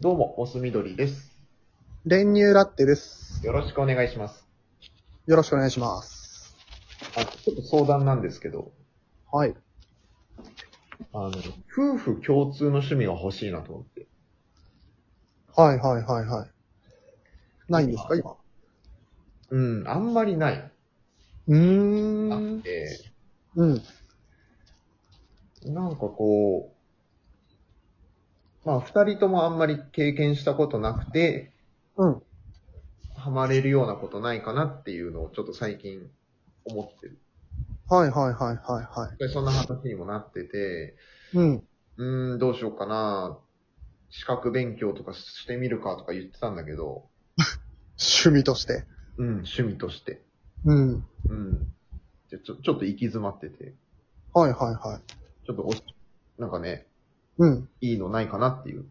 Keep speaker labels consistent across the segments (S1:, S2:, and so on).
S1: どうも、モスみどりです。
S2: 練乳ラッテです。
S1: よろしくお願いします。
S2: よろしくお願いします。
S1: あ、ちょっと相談なんですけど、
S2: はい。
S1: あの、夫婦共通の趣味が欲しいなと思って。
S2: はいはいはいはい。ないんですか今。
S1: うん、あんまりない。
S2: うー
S1: あっ
S2: ん。
S1: て、
S2: うん。
S1: なんかこう、まあ、二人ともあんまり経験したことなくて、
S2: うん。
S1: ハマれるようなことないかなっていうのをちょっと最近思ってる。
S2: はいはいはいはいは
S1: やっぱりそんな話にもなってて、
S2: い。うん。
S1: うーん、どうしようかな。資格勉強とかしてみるかとか言ってたんだけど、
S2: 趣味として。
S1: うん、趣味として。
S2: うん。
S1: うん。でちょ、ちょっと行き詰まってて、
S2: はいはいはい。
S1: ちょっとおし、なんかね、
S2: うん。
S1: いいのないかなっていう。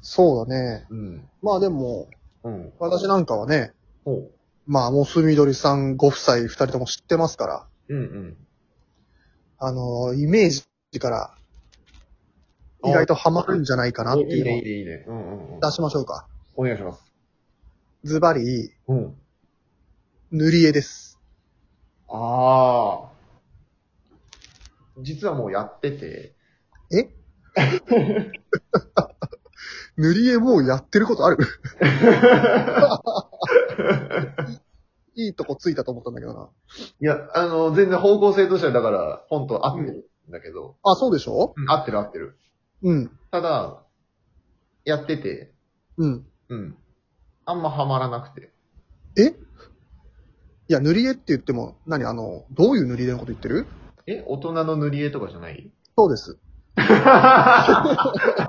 S2: そうだね。
S1: うん。
S2: まあでも、
S1: うん。
S2: 私なんかはね、
S1: ほ
S2: まあ、モスみどりさんご夫妻二人とも知ってますから、
S1: う。うんうん。
S2: あの、イメージから意外とハマるんじゃないかなって
S1: おいいね、いい
S2: いう
S1: ね、いいね。うんうんうん
S2: のを出。しましょうか。
S1: お願いします。
S2: ズバリ、
S1: うん。
S2: 塗り絵です。
S1: ああ。実はもうやってて、
S2: え塗り絵もうやってることあるいいとこついたと思ったんだけどな。
S1: いや、あの、全然方向性としては、だから、本当合ってるんだけど、
S2: あ、そうでしょ
S1: うん、合ってる合ってる。
S2: うん。
S1: ただ、やってて、
S2: うん。
S1: うん。あんまハマらなくて。
S2: えいや、塗り絵って言っても、何あの、どういう塗り絵のこと言ってる
S1: え大人の塗り絵とかじゃない
S2: そうです。
S1: 合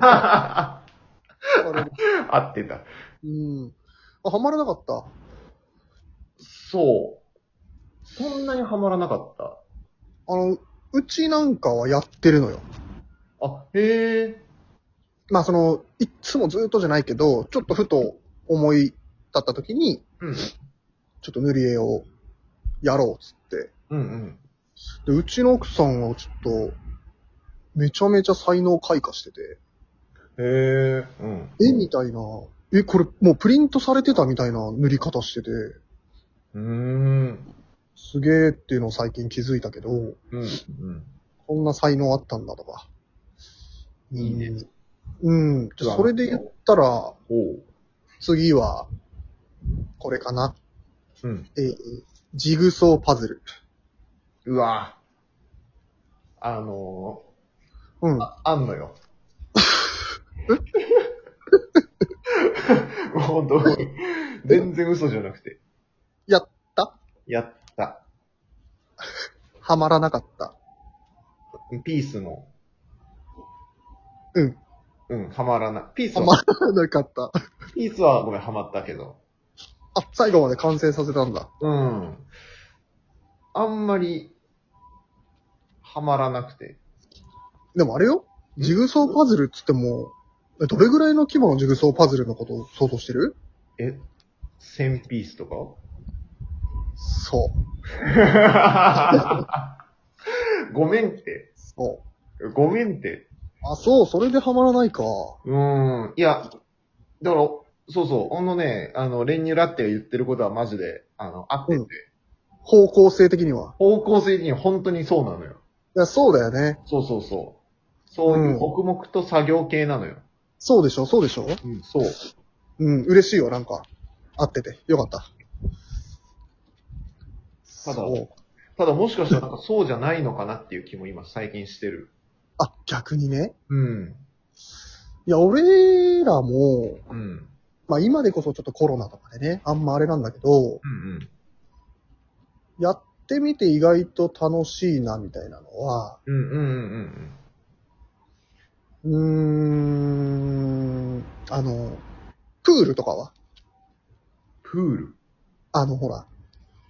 S2: あれ
S1: ってた。
S2: うん。あ、はまらなかった。
S1: そう。そんなにはまらなかった。
S2: あの、うちなんかはやってるのよ。
S1: あ、へえ。
S2: まあ、その、いっつもずっとじゃないけど、ちょっとふと思い立った時に、
S1: うん。
S2: ちょっと塗り絵をやろうっつって。
S1: うんうん。
S2: で、うちの奥さんはちょっと、めちゃめちゃ才能開花してて、
S1: へえ。うん。
S2: 絵みたいな、え、これもうプリントされてたみたいな塗り方してて、
S1: うーん。
S2: すげえっていうのを最近気づいたけど、
S1: うん。うん。
S2: こんな才能あったんだとか。
S1: いいね
S2: うん。うん。それで言ったら、
S1: おう。
S2: 次は、これかな。
S1: うん。
S2: えージグソーパズル。
S1: うわ。あの
S2: うん
S1: ー、。あ、あんのよ。 本当に。全然嘘じゃなくて。
S2: やった
S1: やった。
S2: はまらなかった。
S1: ピースの。
S2: うん。
S1: うん、はまらない。ピース
S2: は
S1: は
S2: まらなかった。
S1: ピースはごめん、ハマったけど。
S2: あ、最後まで完成させたんだ。
S1: うん。あんまり、ハマらなくて。
S2: でもあれよ
S1: ん
S2: ジグソーパズルっつっても、えどれぐらいの規模のジグソーパズルのことを想像してる
S1: え、1000ピースと か
S2: そう。
S1: ごめんって。
S2: そ
S1: ごめんって。
S2: う。あ、そう、それでハマらないか。
S1: うん。いや、だから、そうそう、あのね、あの、練乳ラッテが言ってることはマジで、あの、合ってて、
S2: うん方向性的には。
S1: 方向性的に本当にそうなのよ。
S2: いや、そうだよね。
S1: そうそうそう。そういううん黙々と作業系なのよ。
S2: そうでしょ、そうでしょ
S1: うん、そう。
S2: うん、嬉しいよ、なんか。合ってて。よかった。
S1: ただ
S2: そう。
S1: ただもしかしたらそうじゃないのかなっていう気も今最近してる。
S2: あ、逆にね。
S1: うん。
S2: いや、俺らも、
S1: うん。うん
S2: まあ今でこそちょっとコロナとかでね、あんまあれなんだけど、
S1: うん。
S2: やってみて意外と楽しいな、みたいなのは、
S1: うんうんうんうん
S2: うーん、あの、プールとかは
S1: プール。
S2: あの、ほら、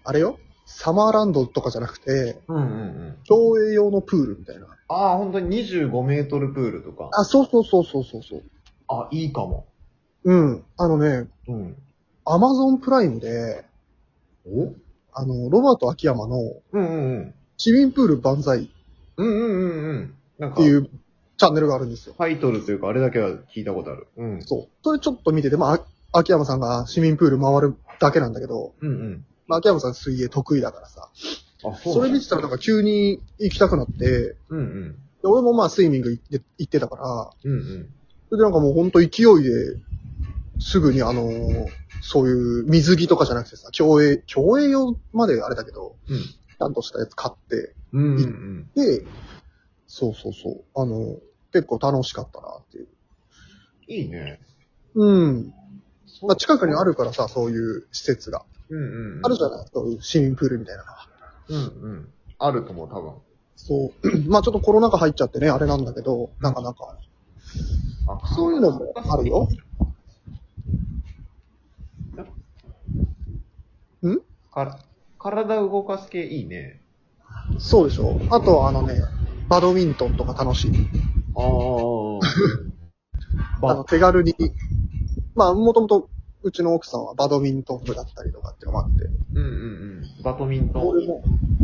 S2: あれよサマーランドとかじゃなくて、
S1: うんうんうん。
S2: 競泳用のプールみたいな。
S1: ああ、本当に25メートルプールとか。
S2: あ、そうそうそうそうそうそう。
S1: あ、いいかも。
S2: うん。あのね、
S1: うん。
S2: アマゾンプライムで、
S1: お
S2: あの、ロバート秋山の
S1: うんうんうん。
S2: 市民プール万歳っ
S1: うんうんうんうん。なんか、
S2: ていうチャンネルがあるんですよ。
S1: タイトルというか、あれだけは聞いたことある。うん。
S2: そう。それちょっと見てて、まあ、あ秋山さんが市民プール回るだけなんだけど、
S1: うんうん。
S2: まあ、秋山さん水泳得意だからさ、
S1: あ、そう
S2: それ見
S1: に
S2: てたらなんか急に行きたくなって、で
S1: うんうん。
S2: 俺もまあスイミング行って行ってたから、
S1: うんうん。
S2: それでなんかもうほんと勢いで、すぐにあのーそういう水着とかじゃなくてさ、競泳、競泳用まであれだけど、
S1: うん
S2: ちゃんとしたやつ買って、
S1: うんうん
S2: で、そうそうそう、あのー結構楽しかったなっていう。
S1: うん。いいね。
S2: うん。
S1: そ
S2: まあ、近くにあるからさ、そういう施設が。
S1: うんうん。
S2: あるじゃ
S1: ん。
S2: ないそういう市民プールみたいなのが。
S1: うんうん。あると思う、多分。
S2: そう。 まあちょっとコロナ禍入っちゃってね、あれなんだけど、なかなか。
S1: あ
S2: そういうのもあるよ。ん
S1: か体動かす系いいね。
S2: そうでしょ。あとはあのね、バドミントンとか楽しい。
S1: あ あ。
S2: あの、手軽に、まあ、もともと、うちの奥さんはバドミントン部だったりとかっていうのもあって、
S1: うんうんうん。バドミントン。
S2: 俺も、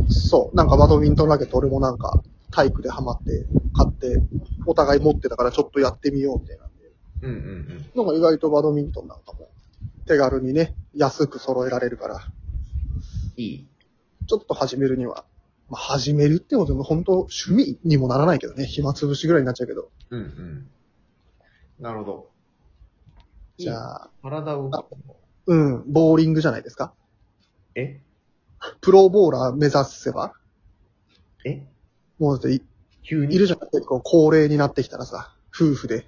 S2: そう、なんかバドミントンラケット俺もなんか、体育でハマって、買って、お互い持ってたからちょっとやってみようみたいなんで、
S1: うんうんうん。
S2: なんか意外とバドミントンなんかも、手軽にね、安く揃えられるから、
S1: いい。
S2: ちょっと始めるには、まあ、始めるってことでも本当趣味にもならないけどね、暇つぶしぐらいになっちゃうけど、
S1: うんうん。なるほど。
S2: じゃ
S1: あ。
S2: あ、
S1: 体を動かす。
S2: うん、ボーリングじゃないですか。
S1: え
S2: プロボーラー目指せば、
S1: え
S2: もうだってい
S1: 急に
S2: いるじゃん。結構高齢になってきたらさ、夫婦で、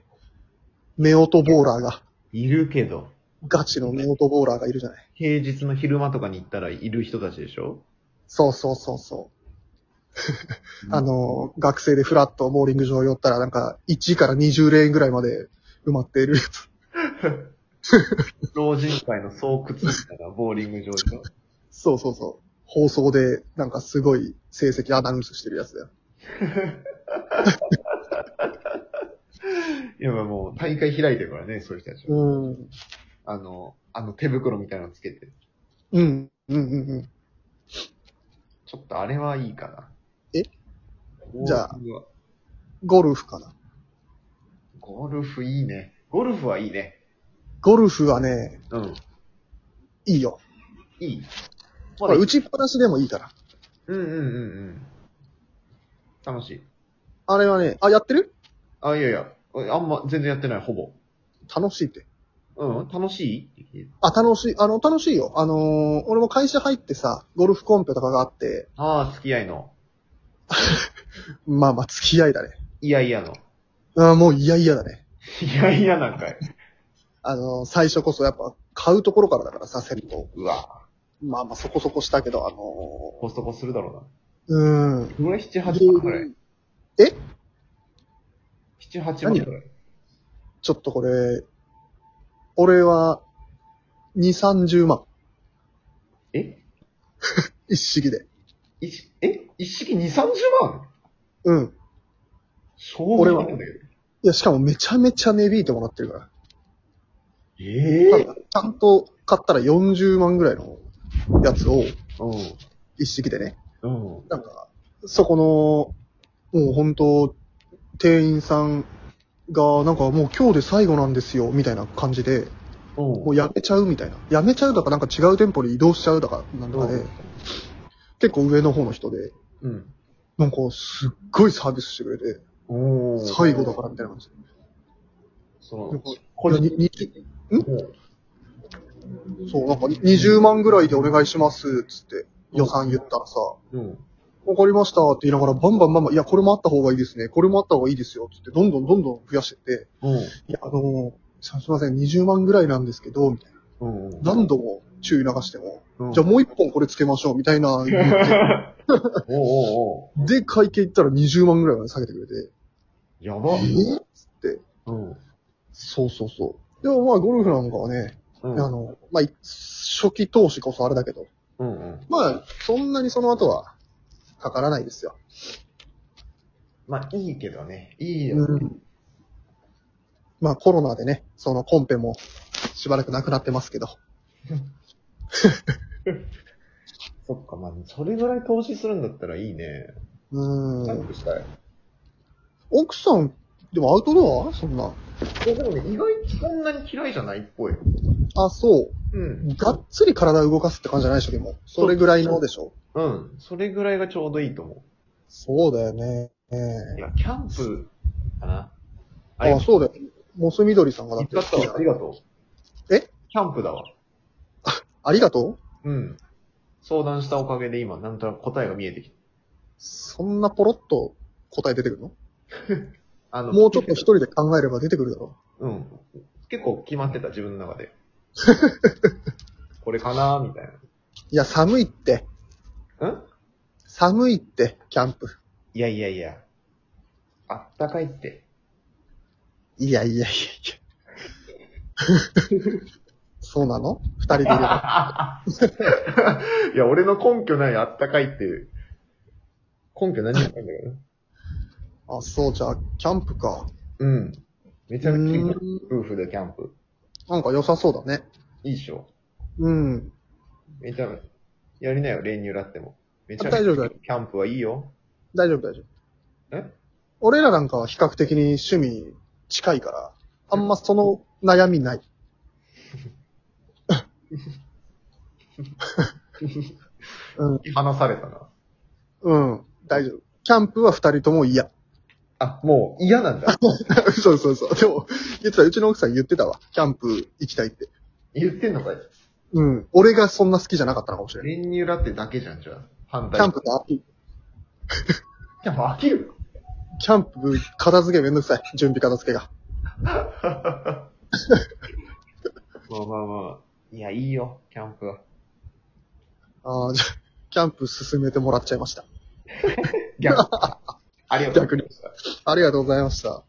S2: 目音ボーラーが、
S1: いるけど。
S2: ガチの目音ボーラーがいるじゃない。
S1: 平日の昼間とかに行ったらいる人たちでしょ
S2: そうそうそうそう。あ、の、学生でフラッとボーリング場寄ったらなんか、1から20レーンぐらいまで埋まっている。
S1: 老人会の巣窟みたいなボーリング場でしょ
S2: そうそうそう。放送で、なんかすごい成績アナウンスしてるやつだよ。
S1: 今もう大会開いてるからね、そういう人たちは。
S2: うん。
S1: あの、あの手袋みたいなのつけて。
S2: うん、うん、うん、うん。
S1: ちょっとあれはいいかな。
S2: えじゃあ
S1: ボーリングは
S2: ゴルフかな。
S1: ゴルフいいね。ゴルフはいいね。
S2: ゴルフはね、
S1: うん。
S2: いいよ。
S1: いい。
S2: これ打ちっぱなしでもいいから。
S1: うんうんうんうん。楽しい。
S2: あれはね、あ、やってる
S1: あ、いやいや、あんま全然やってない、ほぼ。
S2: 楽しいって。
S1: うん、楽しいって聞いて
S2: あ、楽しい、あの、楽しいよ。あのー俺も会社入ってさ、ゴルフコンペとかがあって、
S1: ああ、付き合いの。
S2: まあまあ、付き合いだね。
S1: いやいやの。
S2: あーもう嫌々だね。
S1: いやいやなんかい。
S2: あのー最初こそやっぱ、買うところからだからさ、セットを。
S1: うわ、
S2: まあまあ、そこそこしたけど、あの
S1: コストコするだろ
S2: ー、うーん。
S1: うな。どれ ?7、8万くらい。
S2: え
S1: ?7、8万くらい。
S2: ちょっとこれ、俺は、2、30万。
S1: え
S2: 一式で。
S1: いしえ一式2、30万
S2: うん。
S1: 衝撃なんだけど。
S2: いや、しかもめちゃめちゃ値引いてもらってるから。
S1: え
S2: 多分ちゃんと買ったら40万ぐらいのやつを、一式でね。
S1: うん。うん。
S2: なんか、そこの、もう本当、店員さんが、なんかもう今日で最後なんですよ、みたいな感じで、も
S1: う
S2: うやめちゃうみたいな。やめちゃうだかなんか違う店舗に移動しちゃうだかなんだかで、
S1: うん
S2: 結構上の方の人で、
S1: ん。
S2: なんかすっごいサービスしてくれて、
S1: うん。
S2: 最後だからみたいな感じ。
S1: そ
S2: な
S1: の
S2: んか、
S1: 個人
S2: いやににん
S1: うん
S2: そう、なんか20万ぐらいでお願いします、つって予算言ったらさ、
S1: うん。
S2: わかりましたって言いながらバンバンバンバン、いや、これもあった方がいいですね、これもあった方がいいですよ、つってどんどんどんどん増やしてって、
S1: うん。
S2: いや、あのさすいません、20万ぐらいなんですけど、みたい
S1: うん。
S2: な。何度も注意流しても、
S1: うん
S2: じゃあもう一本これつけましょう、みたいな。
S1: おうおうお
S2: で、会計行ったら20万ぐらいまで下げてくれて。
S1: うやば。
S2: えつって。
S1: うん。
S2: そうそうそう。でもまあ、ゴルフなんかはね、
S1: う
S2: あの、まあ、い初期投資こそあれだけど、
S1: うんうん。
S2: まあ、そんなにその後は、かからないですよ。
S1: まあ、いいけどね。いいよ。
S2: うん。まあ、コロナでね、そのコンペも、しばらくなくなってますけど。
S1: そっか、まあ、それぐらい投資するんだったらいいね。
S2: うん。
S1: クしたい。
S2: 奥さんでもアウトドアそんな。
S1: いやでもね、意外とそんなに嫌いじゃないっぽい。
S2: あ、そう。
S1: うん。
S2: がっつり体動かすって感じじゃないでしょ、でも。それぐらいのでしょ。
S1: うん。それぐらいがちょうどいいと思
S2: そうだよね。え
S1: う。いや、キャンプかな。
S2: えあ、そうだよ。モス緑さんがだ
S1: 行
S2: っ
S1: ってちゃったわ。ありがとう。
S2: え
S1: キャンプだわ。
S2: ありがとう
S1: うん。相談したおかげで今、なんとなく答えが見えてきた。
S2: そんなポロッと答え出てくるの
S1: あの
S2: もうちょっと一人で考えれば出てくるだろ。
S1: うん。結構決まってた、自分の中で。これかなーみたいう
S2: いや、寒いって。
S1: な。ん
S2: 寒いって、キャンプ。
S1: いやいやいや。あったかいって。
S2: いやいやいやいや。 そうなの二人でいれ ば。
S1: いや、俺の根拠ないあったかいっていう。根拠何もないんだけどね。
S2: あ、そう、じゃあ、キャンプか。
S1: うん。めちゃ
S2: う
S1: めちゃいい
S2: ん
S1: よ。夫婦でキャンプ。
S2: なんか良さそうだね。
S1: いいっしょ。
S2: うん。
S1: めちゃめちゃ。やりなよ、練乳ラっても。めちゃめ
S2: あ大
S1: ち
S2: 丈
S1: ゃ
S2: 夫だよ
S1: キャンプはいいよ。
S2: 大丈夫、大丈夫。
S1: え
S2: 俺らなんかは比較的に趣味近いから、あんまその悩みない。うん、
S1: 話されたな。
S2: うん、大丈夫。キャンプは二人とも嫌。
S1: あ、もう嫌なんだ。
S2: そうそうそう。でも、言ってた、うちの奥さん言ってたわ。キャンプ行きたいって。
S1: 言ってんのかい
S2: うん。俺がそんな好きじゃなかったのかもしれない。
S1: 練乳ラってだけじゃん、じゃあ。反
S2: キ
S1: 対。
S2: ャンプって飽き、
S1: キャンプ飽きる
S2: キャンプ片付けめんどくさい。準備片付けが。
S1: まあまあまあ。いや、いいよ、キャンプは。
S2: ああ、じゃあキャンプ進めてもらっちゃいました。
S1: 逆。ありがとうございました。
S2: ありがとうございました。